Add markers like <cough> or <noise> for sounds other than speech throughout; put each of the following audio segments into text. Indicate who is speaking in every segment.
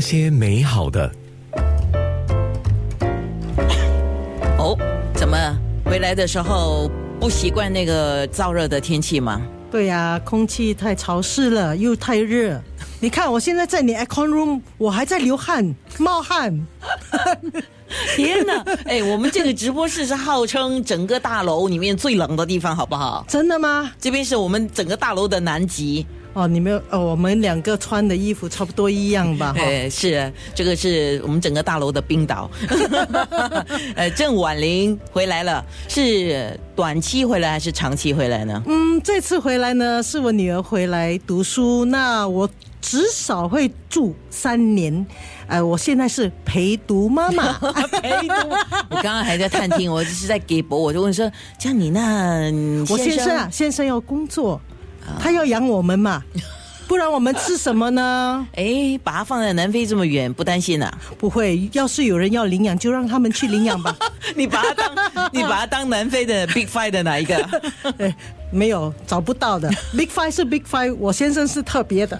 Speaker 1: 些美好的。
Speaker 2: 哦，怎么回来的时候不习惯那个燥热的天气吗？
Speaker 3: 对呀、空气太潮湿了，又太热。 <laughs> 你看我现在在你 aircon room，我还在流汗、冒汗。
Speaker 2: <laughs> 天哪！哎，我们这个直播室是号称整个大楼里面最冷的地方，好不好？
Speaker 3: 真的吗？
Speaker 2: 这边是我们整个大楼的南极，
Speaker 3: 哦，你们哦，我们两个穿的衣服差不多一样 <laughs> 吧？哈，
Speaker 2: 哎，是这个是我们整个大楼的冰岛。 <laughs> 呃，郑婉玲回来了，是短期回来还是长期回来 <laughs> 呢？
Speaker 3: 嗯，这次回来呢，是我女儿回来读书，那我至少会住三年。呃，我现在是陪读妈 <laughs> 妈。
Speaker 2: 我刚刚还在探听，我就是在给博，我就问说，像你那嗯
Speaker 3: <laughs> 我先生啊，啊先生要工作，他要养我们 <laughs> 嘛，不然我们吃什么呢？
Speaker 2: 哎，把他放在南非这么远，不担心啊？
Speaker 3: 不会，要是有人要领养，就让他们去领养吧。
Speaker 2: <laughs> 你把他当你把他当南非的 Big Five 的哪一个？ <laughs>
Speaker 3: 哎，没有找不到的。Big Five 是 Big Five，我先生是特别的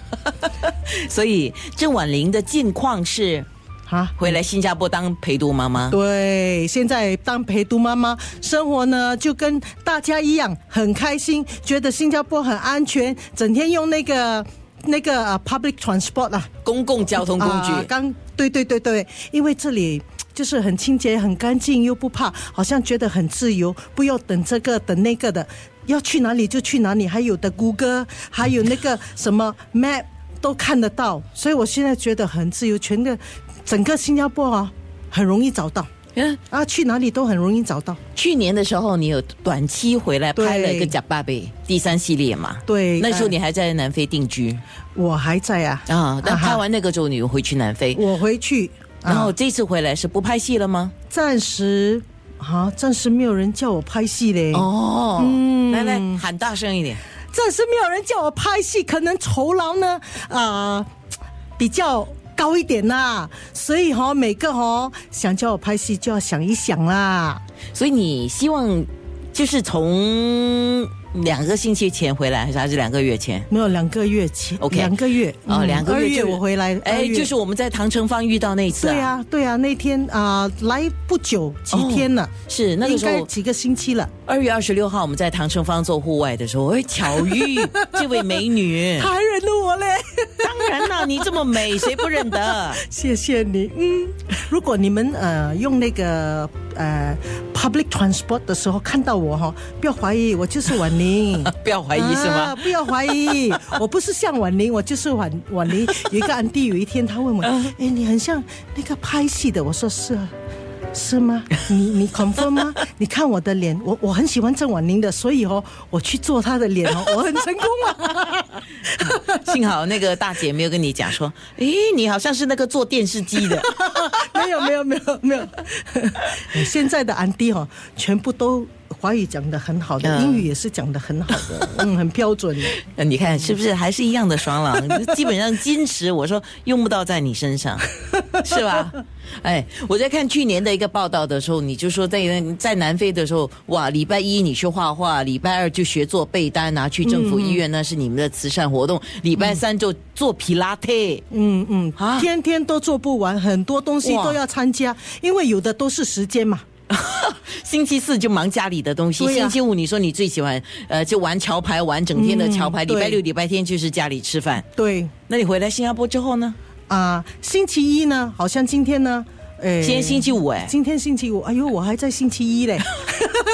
Speaker 2: 所以郑婉玲的近况是
Speaker 3: 啊。
Speaker 2: 回来新加坡当陪读妈妈。
Speaker 3: 对，现在当陪读妈妈，生活呢就跟大家一样，很开心，觉得新加坡很安全，整天用那个那个呃 public transport 啊，
Speaker 2: 公共交通工具。
Speaker 3: 啊刚对对对对，因为这里。就是很清洁、很干净，又不怕，好像觉得很自由，不要等这个等那个的，要去哪里就去哪里。还有的谷歌，还有那个什么 Map 都看得到，所以我现在觉得很自由，全个整个新加坡啊，很容易找到
Speaker 2: 嗯
Speaker 3: 啊，去哪里都很容易找到。
Speaker 2: 去年的时候，你有短期回来
Speaker 3: 对
Speaker 2: 拍了一个《假爸贝》第三系列嘛？
Speaker 3: 对
Speaker 2: 那时候
Speaker 3: 嗯
Speaker 2: 你还在南非定居
Speaker 3: 我还在啊，
Speaker 2: 啊。但
Speaker 3: 哈嗯
Speaker 2: 拍完那个之后，你又回去南非，
Speaker 3: 我回去，
Speaker 2: 然后
Speaker 3: 啊、
Speaker 2: 这次回来是不拍戏了吗？
Speaker 3: 暂时啊，暂时没有人叫我拍戏嘞。
Speaker 2: 哦，来来喊大声一点。
Speaker 3: 暂时没有人叫我拍戏，可能酬劳呢，呃，比较高一点啦。所以哈、每个哈、想叫我拍戏就要想一想啦。
Speaker 2: 所以你希望就是从两个星期前回来，还是还是两个月前？
Speaker 3: 没有两个月前
Speaker 2: OK
Speaker 3: 两个月
Speaker 2: 哦，
Speaker 3: 嗯
Speaker 2: 两个
Speaker 3: 二
Speaker 2: 月
Speaker 3: 月
Speaker 2: 就是
Speaker 3: 我回来，二
Speaker 2: 哎，
Speaker 3: 月
Speaker 2: 就是我们在唐城坊遇到那一次
Speaker 3: 对
Speaker 2: 啊，
Speaker 3: 啊，对啊，那天啊、来不久几天了，
Speaker 2: 是哦那个
Speaker 3: 应
Speaker 2: 时
Speaker 3: 该
Speaker 2: 候
Speaker 3: 几个星期了。
Speaker 2: 二月二十六号我们在唐城坊做户外的时候，哎，巧
Speaker 3: <laughs>
Speaker 2: 遇这位美女，
Speaker 3: 还认得我嘞，
Speaker 2: 当然啦，你这么美，谁不认
Speaker 3: <laughs>
Speaker 2: 得？
Speaker 3: 谢谢你。嗯，如果你们呃用那个呃 public transport 的时候看到我哈、不要怀疑，我就是婉宁。
Speaker 2: 不要 <laughs> 怀疑是吗
Speaker 3: 啊？不要怀疑，
Speaker 2: <laughs>
Speaker 3: 我不是像婉玲，我就是婉婉玲。有一个安迪，有一天
Speaker 2: <laughs>
Speaker 3: 他问我，
Speaker 2: 嗯
Speaker 3: 哎、你很像那个拍戏的，我说是啊。是吗？你你 confirm 吗？你看我的脸，我我很喜欢郑婉玲的，所以哦，我去做她的脸哦，我很成功啊。
Speaker 2: 幸好那个大姐没有跟你讲说，哎，你好像是那个做电视机的，
Speaker 3: <laughs> 没有没有没有没有，现在的安迪哦，全部都华语讲的很好的，
Speaker 2: 嗯
Speaker 3: 英语也是讲的很好
Speaker 2: <laughs>
Speaker 3: 的，嗯，很标准的。
Speaker 2: 呃你看是不是还是一样的爽朗？ <laughs> 基本上矜持，我说用不到在你身
Speaker 3: <laughs>
Speaker 2: 上，是吧？哎，我在看去年的一个报道的时候，你就说在在南非的时候，哇，礼拜一你去画画，礼拜二就学做被单拿去政府医
Speaker 3: 嗯
Speaker 2: 院，那是你们的慈善活动，礼拜三就做皮拉特，
Speaker 3: 嗯嗯，
Speaker 2: 啊
Speaker 3: 天天都做不完，很多东西
Speaker 2: 哇
Speaker 3: 都要参加，因为有的都是时间嘛。
Speaker 2: <laughs> 星期四就忙家里的东西，
Speaker 3: 对呀
Speaker 2: 星期五你说你最喜欢呃就玩桥牌，玩整天的桥牌，
Speaker 3: 嗯
Speaker 2: 礼拜
Speaker 3: 对
Speaker 2: 六、礼拜天就是家里吃饭。
Speaker 3: 对
Speaker 2: 那你回来新加坡之后呢？
Speaker 3: 啊、星期一呢，好像今天呢，呃，
Speaker 2: 今天星期五哎，
Speaker 3: 今天星期五，哎呦，我还在星期一嘞。 <laughs>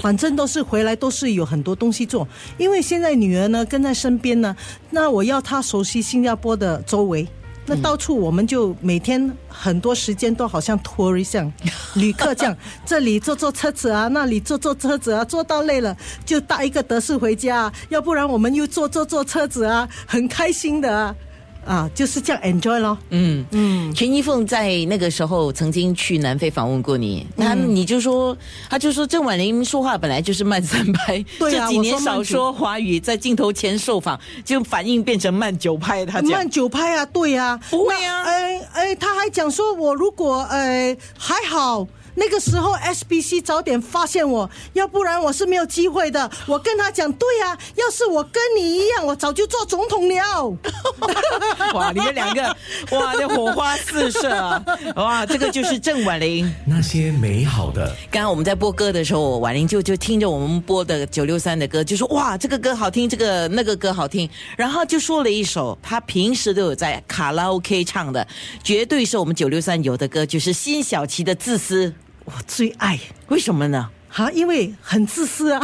Speaker 3: 反正都是回来都是有很多东西做，因为现在女儿呢跟在身边呢，那我要她熟悉新加坡的周围。那到处我们就每天很多时间都好像 tourist 这样，旅客这样，这里坐坐车子啊，那里坐坐车子啊，坐到累了就搭一个德士回家、啊，要不然我们又坐坐坐车子啊，很开心的啊，啊，就是这样 enjoy 咯。
Speaker 2: 嗯嗯，陈一凤在那个时候曾经去南非访问过你，
Speaker 3: 嗯
Speaker 2: 他你就说，他就说郑婉玲说话本来就是慢三拍，
Speaker 3: <laughs> 对
Speaker 2: 这
Speaker 3: 啊
Speaker 2: 几年
Speaker 3: 我说慢
Speaker 2: 少
Speaker 3: 九
Speaker 2: 说华语，在镜头前受访就反应变成慢九拍，他讲
Speaker 3: 慢九拍啊，对呀、啊，
Speaker 2: 不会啊
Speaker 3: 哎那哎哎，他还讲说我如果呃还好。那个时候 SBC 早点发现我，要不然我是没有机会的。我跟他讲，对啊，要是我跟你一样，我早就做总统了。
Speaker 2: <laughs> 哇，你们两个，哇，这火花四射啊！哇，这个就是郑婉玲。
Speaker 1: 那些美好的，
Speaker 2: 刚刚我们在播歌的时候，婉玲就就听着我们播的九六三的歌，就说哇，这个歌好听，这个那个歌好听，然后就说了一首她平时都有在卡拉 OK 唱的，绝对是我们九六三有的歌，就是辛晓琪的《自私》，
Speaker 3: 我最爱
Speaker 2: 为什么呢？
Speaker 3: 啊，因为很自私啊。